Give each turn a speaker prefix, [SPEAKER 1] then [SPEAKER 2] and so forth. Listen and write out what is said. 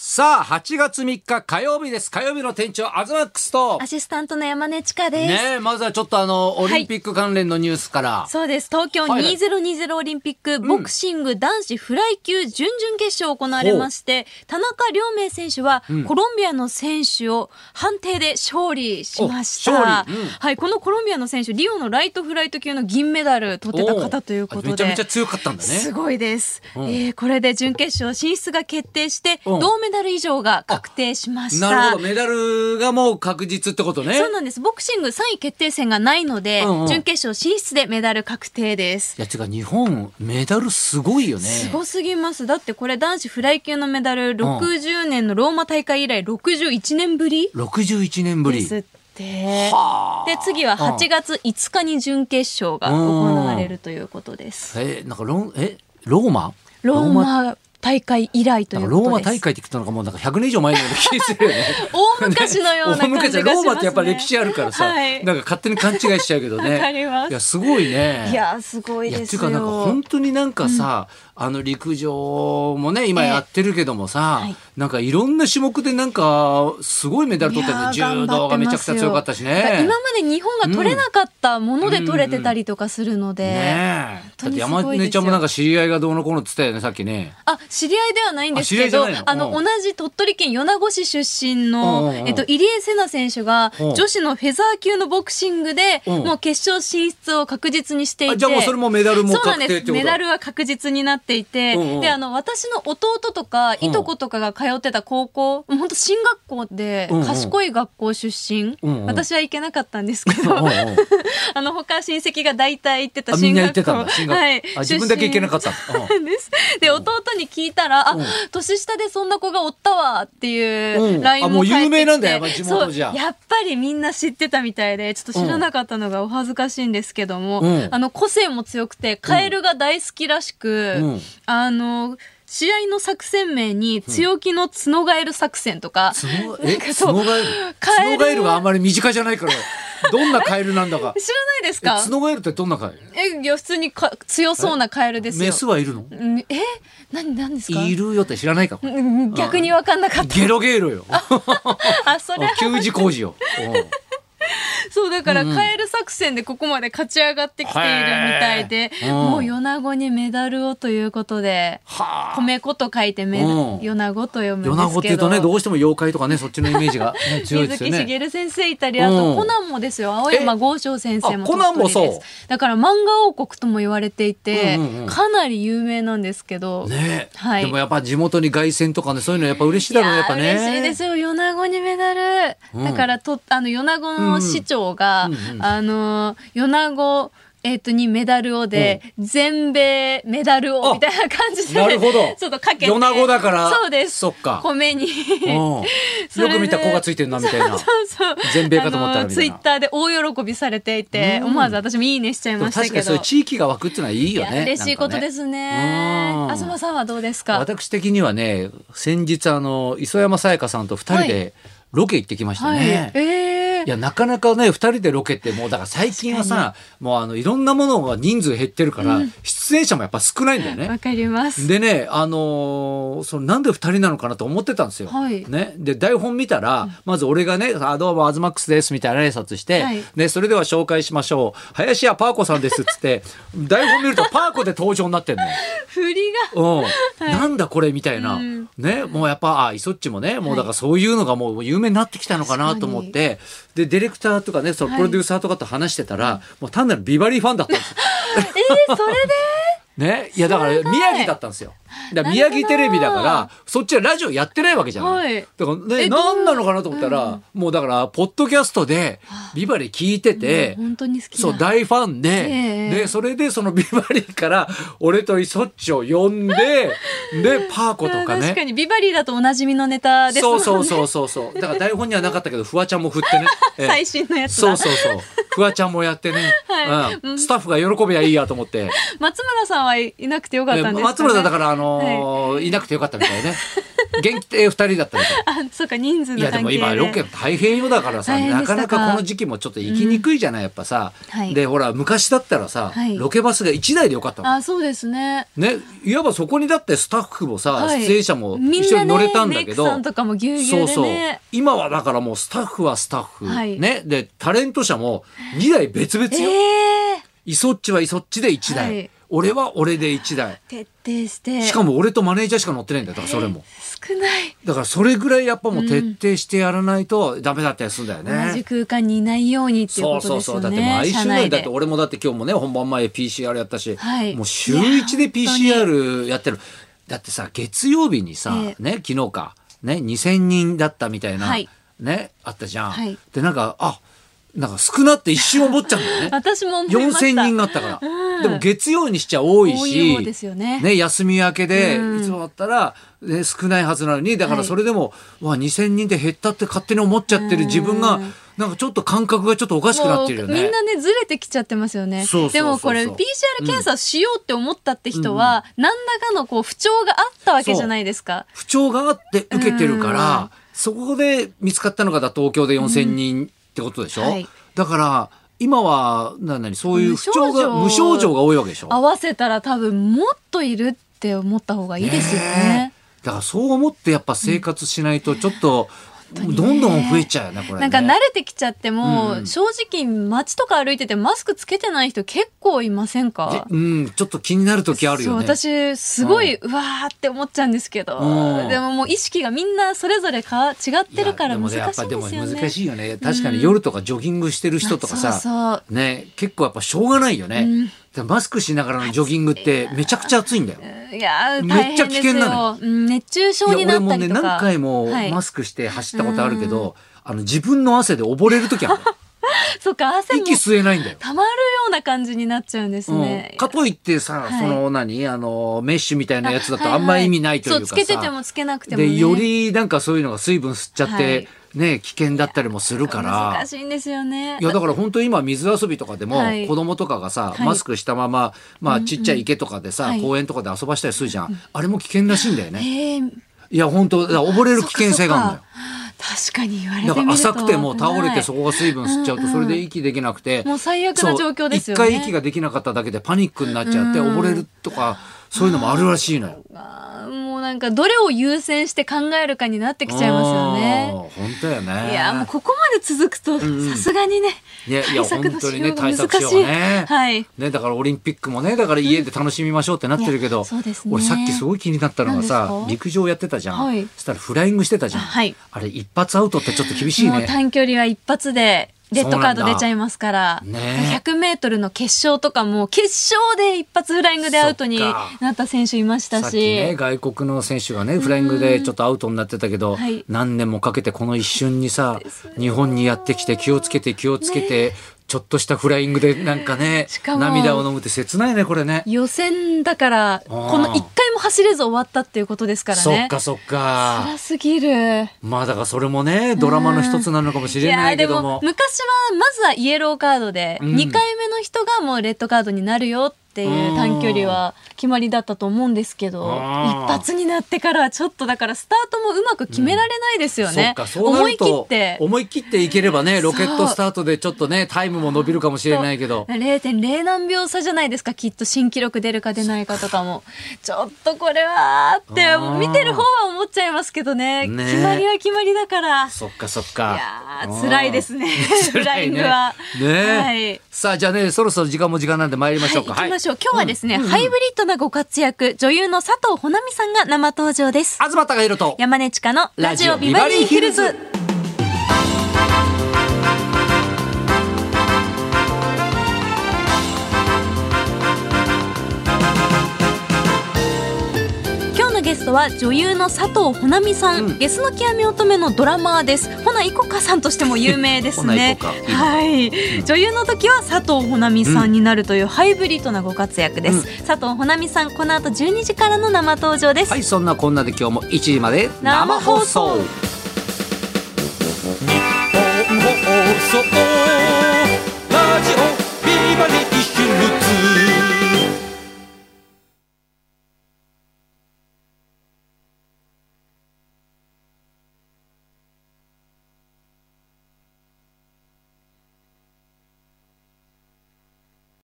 [SPEAKER 1] さあ8月3日火曜日です火曜日の店長アズマックスと
[SPEAKER 2] アシスタントの山根千佳です。
[SPEAKER 1] ねえまずはちょっとあのオリンピック関連のニュースから、
[SPEAKER 2] そうです。東京
[SPEAKER 1] はいはい
[SPEAKER 2] 2020オリンピックボクシング男子フライ級準々決勝行われまして、田中亮明選手はコロンビアの選手を判定で勝利しました。
[SPEAKER 1] お勝利うん
[SPEAKER 2] はい、このコロンビアの選手、リオのライトフライト級の銀メダル取ってた方ということで。
[SPEAKER 1] おうめちゃめちゃ強かったんだね
[SPEAKER 2] すごいです、
[SPEAKER 1] ん
[SPEAKER 2] えーこれで準決勝進出が決定して、
[SPEAKER 1] うん
[SPEAKER 2] 銅メダル以上が確定しました。
[SPEAKER 1] なるほどメダルがもう確実ってことね
[SPEAKER 2] そうなんです。ボクシング3位決定戦がないので、
[SPEAKER 1] うんうん
[SPEAKER 2] 準決勝進出でメダル確定です。
[SPEAKER 1] いや違う日本メダルすごいよね
[SPEAKER 2] すごすぎます。だってこれ男子フライ級のメダル、60年のローマ大会以来61年ぶり
[SPEAKER 1] 61年ぶ
[SPEAKER 2] で
[SPEAKER 1] り
[SPEAKER 2] すって。
[SPEAKER 1] は
[SPEAKER 2] で、次は
[SPEAKER 1] うん
[SPEAKER 2] 8月5日に準決勝が行われるということです。
[SPEAKER 1] あえなんかロンえローマ
[SPEAKER 2] ローマ大会以来と
[SPEAKER 1] ないん
[SPEAKER 2] う
[SPEAKER 1] か
[SPEAKER 2] こ
[SPEAKER 1] ロー
[SPEAKER 2] と
[SPEAKER 1] マ
[SPEAKER 2] です。
[SPEAKER 1] 大会って聞いたのがもうなんか100年以上前のような気がするよね
[SPEAKER 2] 大昔のような感じが しますね。
[SPEAKER 1] ローマってやっぱ歴史あるからさ、
[SPEAKER 2] はい
[SPEAKER 1] なんか勝手に勘違いしちゃうけどね
[SPEAKER 2] わかります
[SPEAKER 1] いやすごいね
[SPEAKER 2] いやー、すごい
[SPEAKER 1] いや
[SPEAKER 2] で
[SPEAKER 1] って
[SPEAKER 2] す
[SPEAKER 1] いうかな
[SPEAKER 2] よ。
[SPEAKER 1] んか本当になんかさ、あの陸上もね今
[SPEAKER 2] ええ
[SPEAKER 1] やってるけどもさ、
[SPEAKER 2] はい
[SPEAKER 1] なんかいろんな種目でなんかすごいメダル取ってるね
[SPEAKER 2] いやー
[SPEAKER 1] 柔道がめちゃくちゃ強かったし
[SPEAKER 2] 頑張ってますよ
[SPEAKER 1] ね
[SPEAKER 2] だ。から今まで日本が取れなかったもので取れてたりとかするので、
[SPEAKER 1] ねえだっ
[SPEAKER 2] 本当
[SPEAKER 1] て
[SPEAKER 2] にす
[SPEAKER 1] 山
[SPEAKER 2] ごいですよ
[SPEAKER 1] 根ちゃんもなんか知り合いがどうのこうのって言ってたよねさっきね。
[SPEAKER 2] あ知り合いではないんですけ
[SPEAKER 1] あ知
[SPEAKER 2] ど
[SPEAKER 1] り合いじゃ
[SPEAKER 2] あ
[SPEAKER 1] ないの
[SPEAKER 2] の同じ鳥取県米子市出身の、
[SPEAKER 1] うんうんうん
[SPEAKER 2] えっと、入江聖奈選手が
[SPEAKER 1] うん
[SPEAKER 2] 女子のフェザー級のボクシングで、
[SPEAKER 1] うん
[SPEAKER 2] もう決勝進出を確実にしてい
[SPEAKER 1] あ
[SPEAKER 2] て
[SPEAKER 1] じゃあもうそれもメダルも
[SPEAKER 2] そうなん
[SPEAKER 1] 確定って
[SPEAKER 2] で
[SPEAKER 1] こ
[SPEAKER 2] す
[SPEAKER 1] と
[SPEAKER 2] メダルは確実になっていて、
[SPEAKER 1] うんうん
[SPEAKER 2] であの私の弟とか
[SPEAKER 1] ん
[SPEAKER 2] いとことかが通ってた高校もう本当進学校で
[SPEAKER 1] うんうん
[SPEAKER 2] 賢い学校出身、
[SPEAKER 1] うんうん
[SPEAKER 2] 私は行けなかったんですけ
[SPEAKER 1] おうお
[SPEAKER 2] ど
[SPEAKER 1] う
[SPEAKER 2] あの他親戚が大体行ってた
[SPEAKER 1] あみ
[SPEAKER 2] 進
[SPEAKER 1] んな言って
[SPEAKER 2] 学校
[SPEAKER 1] たんだ進学、
[SPEAKER 2] はい
[SPEAKER 1] あ自分だけ行けな
[SPEAKER 2] った
[SPEAKER 1] かったの、うん
[SPEAKER 2] です。で、弟に聞いたら、あ
[SPEAKER 1] うん、
[SPEAKER 2] 年下でそんな子がおったわってい
[SPEAKER 1] うん
[SPEAKER 2] う LINE
[SPEAKER 1] あも
[SPEAKER 2] も
[SPEAKER 1] う
[SPEAKER 2] 返ってきて、
[SPEAKER 1] 有名なんだやっぱ地元じゃ
[SPEAKER 2] そうやっぱりみんな知ってたみたいで、ちょっと知らなかったのがお恥ずかしいんですけども、
[SPEAKER 1] うん
[SPEAKER 2] あの、個性も強くて、カエルが大好きらしく、
[SPEAKER 1] うん
[SPEAKER 2] あの、試合の作戦名に強気の角ガエル作戦とか、
[SPEAKER 1] ツノ
[SPEAKER 2] な
[SPEAKER 1] え
[SPEAKER 2] んか
[SPEAKER 1] ツ
[SPEAKER 2] そう
[SPEAKER 1] ノガエル
[SPEAKER 2] カ
[SPEAKER 1] ツ
[SPEAKER 2] エル
[SPEAKER 1] ノガエルがあんまり身近じゃないからどんなカエルなんだか
[SPEAKER 2] 知ら ないです
[SPEAKER 1] え
[SPEAKER 2] か
[SPEAKER 1] ツノガエルってどんなカエル
[SPEAKER 2] え、いや普通にか強そうなカエルですよ
[SPEAKER 1] メ。スはいるの
[SPEAKER 2] うんえ何、何ですか
[SPEAKER 1] いるよって知らないか これ
[SPEAKER 2] うん逆に分かんなかった。
[SPEAKER 1] ゲロゲーロよ
[SPEAKER 2] あ、それは
[SPEAKER 1] 給仕工事ようん
[SPEAKER 2] そうだから
[SPEAKER 1] うんうん
[SPEAKER 2] カエル作戦でここまで勝ち上がってきているみたいで、
[SPEAKER 1] へーうん
[SPEAKER 2] もう米子にメダルをということで
[SPEAKER 1] はあ
[SPEAKER 2] 米粉と書いてメダ
[SPEAKER 1] うん
[SPEAKER 2] 米子と読むんですけど
[SPEAKER 1] 米子っていうとねどうしても妖怪とかねそっちのイメージが ね強いです
[SPEAKER 2] 水
[SPEAKER 1] よ
[SPEAKER 2] 木しげ
[SPEAKER 1] ね
[SPEAKER 2] る先生いたりあと
[SPEAKER 1] うん
[SPEAKER 2] コナンもですよ青山剛昌先生も
[SPEAKER 1] あコナンもそう
[SPEAKER 2] 鳥取ですだから漫画王国とも言われていて、
[SPEAKER 1] うんうんうん
[SPEAKER 2] かなり有名なんですけど、
[SPEAKER 1] ね
[SPEAKER 2] はい
[SPEAKER 1] でもやっぱ地元に凱旋とかねそういうのやっぱ嬉しいだろうねやっぱ
[SPEAKER 2] いやー嬉しいで
[SPEAKER 1] ね
[SPEAKER 2] すよ米子にメダル、
[SPEAKER 1] うん
[SPEAKER 2] だからとあの米子の市長が、
[SPEAKER 1] うんうんうんうん
[SPEAKER 2] あのー米子えっとにメダルをで、全米メダル
[SPEAKER 1] あ
[SPEAKER 2] をみたいな感じで
[SPEAKER 1] なるほど
[SPEAKER 2] ちょっとかけて
[SPEAKER 1] 米子だから
[SPEAKER 2] そうです
[SPEAKER 1] そっか
[SPEAKER 2] 米
[SPEAKER 1] う
[SPEAKER 2] に
[SPEAKER 1] んよ
[SPEAKER 2] それで
[SPEAKER 1] く見た子がついてるなみたいな
[SPEAKER 2] そう そう
[SPEAKER 1] 全米かと思ったらみたいな
[SPEAKER 2] あのーツイッターで大喜びされていて、
[SPEAKER 1] うん
[SPEAKER 2] 思わず私もいいねしちゃい
[SPEAKER 1] でも
[SPEAKER 2] ました
[SPEAKER 1] 確か
[SPEAKER 2] け
[SPEAKER 1] にそうい
[SPEAKER 2] ど
[SPEAKER 1] う地域が湧くっていうのはいいよ
[SPEAKER 2] いや
[SPEAKER 1] ね
[SPEAKER 2] 嬉しいことですすね
[SPEAKER 1] うん
[SPEAKER 2] 東さんはどうですか
[SPEAKER 1] 私的にはね先日あの磯山さやかさんと二人
[SPEAKER 2] は
[SPEAKER 1] でロケ行ってきました
[SPEAKER 2] はい、
[SPEAKER 1] ね、
[SPEAKER 2] えー
[SPEAKER 1] いやなかなかね2人でロケってもうだから最近はさもうあのいろんなものが人数減ってるから、出演者もやっぱ少ないんだよ
[SPEAKER 2] わ
[SPEAKER 1] ね。
[SPEAKER 2] かります
[SPEAKER 1] でねあのーそのなんで2人なのかなと思ってたんですよ。
[SPEAKER 2] はい
[SPEAKER 1] ね、で台本見たら、まず俺がね「あどうもアズマックスです」みたいな挨拶して、
[SPEAKER 2] はい
[SPEAKER 1] ね「それでは紹介しましょう林家パー子さんです」っつって台本見るとパー子で登場になってんのよ。
[SPEAKER 2] 振りが
[SPEAKER 1] うんなんだこれみたいな、
[SPEAKER 2] うん
[SPEAKER 1] ねもうやっぱあいそっちもねもうだからそういうのがもう有名になってきたのかなと思って、でディレクターとかねその
[SPEAKER 2] はい
[SPEAKER 1] プロデューサーとかと話してたら、もう単なるビバリーファンだったんですよ。
[SPEAKER 2] えー、それで
[SPEAKER 1] ね、いやだから宮城だったんですよ。だから宮城テレビだか
[SPEAKER 2] なる
[SPEAKER 1] らそっちはラジオやってないわけじゃない。
[SPEAKER 2] はい
[SPEAKER 1] だからね
[SPEAKER 2] えどう
[SPEAKER 1] 何なのかなと思ったら、もうだからポッドキャストでビバリー聞いてて、
[SPEAKER 2] 本当に好きな
[SPEAKER 1] そう大ファンで、
[SPEAKER 2] ええ
[SPEAKER 1] でそれでそのビバリーから俺とイソッチを呼んで でパーコとか
[SPEAKER 2] 確か
[SPEAKER 1] ね。
[SPEAKER 2] にビバリーだとおなじみのネタですも
[SPEAKER 1] そ
[SPEAKER 2] ん
[SPEAKER 1] う
[SPEAKER 2] ね
[SPEAKER 1] そうそうそうそうだから台本にはなかったけどフワちゃんも振ってね、ええ
[SPEAKER 2] 最新のやつ
[SPEAKER 1] そう
[SPEAKER 2] だ
[SPEAKER 1] そうそうフワちゃんもやってね、
[SPEAKER 2] はい
[SPEAKER 1] うん、スタッフが喜べばいいやと思って
[SPEAKER 2] 松村さんはいなくてよかったんですか、ね、
[SPEAKER 1] 松村さんだからあの
[SPEAKER 2] はい
[SPEAKER 1] ーいなくてよかったみたいね元気で2人だったみたい
[SPEAKER 2] あそうか人数
[SPEAKER 1] い
[SPEAKER 2] の
[SPEAKER 1] やで
[SPEAKER 2] 関係
[SPEAKER 1] も
[SPEAKER 2] で
[SPEAKER 1] 今ロケ大変よだからさ
[SPEAKER 2] 大変
[SPEAKER 1] な
[SPEAKER 2] でした
[SPEAKER 1] か
[SPEAKER 2] か
[SPEAKER 1] なかこの時期もちょっと行きにくいじゃないやっぱさ、
[SPEAKER 2] はい
[SPEAKER 1] でほら昔だったらさ、
[SPEAKER 2] はい
[SPEAKER 1] ロケバスが1台でよかったの
[SPEAKER 2] あそうですね
[SPEAKER 1] ねいわばそこにだってスタッフもさ、
[SPEAKER 2] はい
[SPEAKER 1] 出演者も
[SPEAKER 2] みん
[SPEAKER 1] 一
[SPEAKER 2] な
[SPEAKER 1] 緒
[SPEAKER 2] ね
[SPEAKER 1] に乗れたんだ
[SPEAKER 2] メ
[SPEAKER 1] け
[SPEAKER 2] イク
[SPEAKER 1] ど、
[SPEAKER 2] さんとかもぎゅうぎゅうで
[SPEAKER 1] そうそう
[SPEAKER 2] ね
[SPEAKER 1] 今はだからもうスタッフはスタッフ、
[SPEAKER 2] はい
[SPEAKER 1] ねでタレント者も2台別々よ、
[SPEAKER 2] ええ
[SPEAKER 1] いそっちはいそっちで1台、
[SPEAKER 2] はい
[SPEAKER 1] 俺は俺で1台
[SPEAKER 2] 徹底して
[SPEAKER 1] しかも俺とマネージャーしか乗ってないんだよだからそれも。
[SPEAKER 2] 少ない
[SPEAKER 1] だからそれぐらいやっぱもう徹底してやらないとダメだったりするんだよね。
[SPEAKER 2] 同じ空間にいないようにって
[SPEAKER 1] そ
[SPEAKER 2] いうこ
[SPEAKER 1] う
[SPEAKER 2] と
[SPEAKER 1] そう
[SPEAKER 2] です
[SPEAKER 1] そ
[SPEAKER 2] よ
[SPEAKER 1] う。だ
[SPEAKER 2] ね
[SPEAKER 1] って毎週
[SPEAKER 2] 社
[SPEAKER 1] のよう
[SPEAKER 2] 内
[SPEAKER 1] にだって
[SPEAKER 2] で
[SPEAKER 1] 俺もだって今日もね、本番前 PCR やったし、
[SPEAKER 2] はい
[SPEAKER 1] もう週1で
[SPEAKER 2] いや本当
[SPEAKER 1] PCR やってる。だってさ、月曜日にさ、
[SPEAKER 2] ええ
[SPEAKER 1] ね、昨日か、ね、2000人だったみたいな、
[SPEAKER 2] はい
[SPEAKER 1] ね、あったじゃん。
[SPEAKER 2] はい
[SPEAKER 1] で、なんか、あ、なんか少なって一瞬思っちゃうんだ よね。
[SPEAKER 2] 私も思いました
[SPEAKER 1] 4000人があったから、
[SPEAKER 2] うん
[SPEAKER 1] でも月曜にしちゃ多いし
[SPEAKER 2] 多い方ですよね
[SPEAKER 1] 休み明けで、
[SPEAKER 2] うん
[SPEAKER 1] いつもだったら、ね、少ないはずなのにだか
[SPEAKER 2] は
[SPEAKER 1] ら
[SPEAKER 2] い
[SPEAKER 1] それでも、わ2,000人で減ったって勝手に思っちゃって
[SPEAKER 2] うん
[SPEAKER 1] る自分がなんかちょっと感覚がちょっとおかしくなってるよ
[SPEAKER 2] もうみ
[SPEAKER 1] ね
[SPEAKER 2] ん。なねずれてきちゃってますよね
[SPEAKER 1] そうそうそうそう
[SPEAKER 2] でもこれ PCR 検査しようって思ったって人は、何らかのこう不調があったわけじゃないですか
[SPEAKER 1] 不調があって受けてるか
[SPEAKER 2] う
[SPEAKER 1] らそこで見つかったのがだ東京で4,000人ってことでしょ、
[SPEAKER 2] うんはい
[SPEAKER 1] だから今はななにそういう不調が
[SPEAKER 2] 無
[SPEAKER 1] 無
[SPEAKER 2] 症状
[SPEAKER 1] 症状が多いわけでしょ。
[SPEAKER 2] 合わせたら多分もっといるって思った方がいいですよね
[SPEAKER 1] ねえだからそう思ってやっぱ生活しないとちょっと、どんどん増えちゃうよねこれね。
[SPEAKER 2] なんか慣れてきちゃっても、
[SPEAKER 1] うん
[SPEAKER 2] 正直街とか歩いててマスクつけてない人結構いませんか
[SPEAKER 1] でうん、ちょっと気になる時ある
[SPEAKER 2] そう
[SPEAKER 1] よね。
[SPEAKER 2] 私すごい、うわーって思っちゃうんですけど、
[SPEAKER 1] うん
[SPEAKER 2] でももう意識がみんなそれぞれか違ってるから難しいんですよ
[SPEAKER 1] や
[SPEAKER 2] ね。
[SPEAKER 1] でもねやっぱでも難
[SPEAKER 2] い
[SPEAKER 1] しいよね。確かに夜とかジョギングしてる人とかさ、
[SPEAKER 2] そう
[SPEAKER 1] ね、結構やっぱしょうがないよね。
[SPEAKER 2] うん
[SPEAKER 1] でマスクしながらのジョギングってめちゃくちゃ暑いんだよ。
[SPEAKER 2] そういやー大
[SPEAKER 1] めっちゃ危
[SPEAKER 2] 変です
[SPEAKER 1] 険なの
[SPEAKER 2] よ、うん熱中症
[SPEAKER 1] い
[SPEAKER 2] に
[SPEAKER 1] や
[SPEAKER 2] な
[SPEAKER 1] 俺
[SPEAKER 2] っ
[SPEAKER 1] も
[SPEAKER 2] た
[SPEAKER 1] ね
[SPEAKER 2] りとか
[SPEAKER 1] 何回も
[SPEAKER 2] はい
[SPEAKER 1] マスクして走ったことあるけど、あの自分の汗で溺れる時あ る。
[SPEAKER 2] そうか汗も
[SPEAKER 1] 息吸えないんだよ。
[SPEAKER 2] たまるような感じになっちゃうんですね。
[SPEAKER 1] うん、かといってさ、
[SPEAKER 2] はい
[SPEAKER 1] その何あのメッシュみたいなやつだとあんま意味ないというかさ、
[SPEAKER 2] ははそうつけててもつけなくても、ね、
[SPEAKER 1] でよりなんかそういうのが水分吸っちゃって、
[SPEAKER 2] はい
[SPEAKER 1] ね危険だったりもするから
[SPEAKER 2] 難しいんですよね。
[SPEAKER 1] いやだから本当に今水遊びとかでも
[SPEAKER 2] はい
[SPEAKER 1] 子供とかがさ、
[SPEAKER 2] はい
[SPEAKER 1] マスクしたまま、まあ、ちっちゃい池とかでさ、
[SPEAKER 2] はい
[SPEAKER 1] 公園とかで遊ばしたりするじゃん、あれも危険らしいんだよね。
[SPEAKER 2] えー
[SPEAKER 1] いや本当だから溺れる危険性があるんだよ。
[SPEAKER 2] 確かに言われて
[SPEAKER 1] だ
[SPEAKER 2] みると
[SPEAKER 1] から浅くてもう倒れて
[SPEAKER 2] そ
[SPEAKER 1] そこが水分吸っちゃうと
[SPEAKER 2] うんうん
[SPEAKER 1] それで息できなくて、
[SPEAKER 2] もう最悪な状況ですよ
[SPEAKER 1] そう
[SPEAKER 2] ね
[SPEAKER 1] 一回息ができなかっただけでパニックになっちゃって
[SPEAKER 2] うん
[SPEAKER 1] 溺れるとかそういうのもあるらしいのよ。
[SPEAKER 2] あーもうなんかどれを優先して考えるかになってきちゃいますよね。
[SPEAKER 1] うん。本当よね。
[SPEAKER 2] いやもうここまで続くと
[SPEAKER 1] ん
[SPEAKER 2] さすがにね、
[SPEAKER 1] いやいや
[SPEAKER 2] 対策の
[SPEAKER 1] 本当
[SPEAKER 2] し
[SPEAKER 1] にね
[SPEAKER 2] ようが
[SPEAKER 1] 対
[SPEAKER 2] 難しい。
[SPEAKER 1] 策しようね。
[SPEAKER 2] はい。
[SPEAKER 1] ね、だからオリンピックもねだから家で楽しみましょうってなってるけ
[SPEAKER 2] い
[SPEAKER 1] ど、
[SPEAKER 2] やそうですね
[SPEAKER 1] 俺さっきすごい気になったのがさ
[SPEAKER 2] 何ですか
[SPEAKER 1] 陸上やってたじゃん、
[SPEAKER 2] はい
[SPEAKER 1] そしたらフライングしてたじゃん、
[SPEAKER 2] あはい
[SPEAKER 1] あれ一発アウトってちょっと厳しい
[SPEAKER 2] もう
[SPEAKER 1] ね
[SPEAKER 2] 短距離は一発でレッドカード出ちゃいますから、
[SPEAKER 1] そうなんだね
[SPEAKER 2] 100メートルの決勝とかも決勝で一発フライングでアウトになった選手いまし
[SPEAKER 1] さ
[SPEAKER 2] た
[SPEAKER 1] っき
[SPEAKER 2] し
[SPEAKER 1] ね、外国の選手がねフライングでちょっとアウトになってたけど、
[SPEAKER 2] はい
[SPEAKER 1] 何年もかけてこの一瞬にさ日本にやってきて気をつけて気をつけて、ちょっとしたフライングでなんかね
[SPEAKER 2] しかも
[SPEAKER 1] 涙を飲むって切ないねこれね。
[SPEAKER 2] 予選だから
[SPEAKER 1] ー
[SPEAKER 2] この一回も走れず終わったっていうことですから
[SPEAKER 1] そっ
[SPEAKER 2] ね。
[SPEAKER 1] かそっか。
[SPEAKER 2] 辛すぎる。
[SPEAKER 1] まあだからそれもねドラマの一つなのかもしれないけども
[SPEAKER 2] いやーでも昔はまずはイエローカードで、
[SPEAKER 1] うん
[SPEAKER 2] 2回目の人がもうレッドカードになるよっていう短距離は決まりだったと思うんですけど
[SPEAKER 1] うん
[SPEAKER 2] 一発になってからはちょっとだからスタートもうまく決められないですよね、
[SPEAKER 1] そっかそうな
[SPEAKER 2] 思
[SPEAKER 1] る
[SPEAKER 2] い切
[SPEAKER 1] と
[SPEAKER 2] って
[SPEAKER 1] 思い切っていければねロケットスタートでちょっとねタイムも伸びるかもしれないけど
[SPEAKER 2] 0.0何秒差じゃないですかきっと新記録出るか出ないかとかもちょっとこれはーって
[SPEAKER 1] あー
[SPEAKER 2] もう見てる方は思っちゃいますけどね
[SPEAKER 1] ね
[SPEAKER 2] 決まりは決まりだからい
[SPEAKER 1] そっかそっか
[SPEAKER 2] やー辛いですね フラ
[SPEAKER 1] 辛
[SPEAKER 2] イ
[SPEAKER 1] い
[SPEAKER 2] ン
[SPEAKER 1] ね
[SPEAKER 2] グは。
[SPEAKER 1] ね
[SPEAKER 2] はい
[SPEAKER 1] さあじゃあねそろそろ時間も時間なんで参りましょうか
[SPEAKER 2] はい、行きましょう。今日はですね、ハイブリッドなご活躍、女優の佐藤穂波さんが生登場です。
[SPEAKER 1] 東貴弘と
[SPEAKER 2] 山根千佳のラジオ
[SPEAKER 1] ラジオ
[SPEAKER 2] ビバリーヒルズ
[SPEAKER 1] ビバ。
[SPEAKER 2] 今日のゲストは女優の佐藤穂波さん、
[SPEAKER 1] うん
[SPEAKER 2] ゲスの極み乙女のドラマーですほないこかさんとしても有名ですね
[SPEAKER 1] ほないこか
[SPEAKER 2] はい、女優の時は佐藤穂波さんになるというハイブリッドなご活躍です、
[SPEAKER 1] うん
[SPEAKER 2] 佐藤穂波さんこの後12時からの生登場です、
[SPEAKER 1] はいそんなこんなで今日も1時まで生放送
[SPEAKER 2] 生放送
[SPEAKER 1] 日本放送ラジオビバリー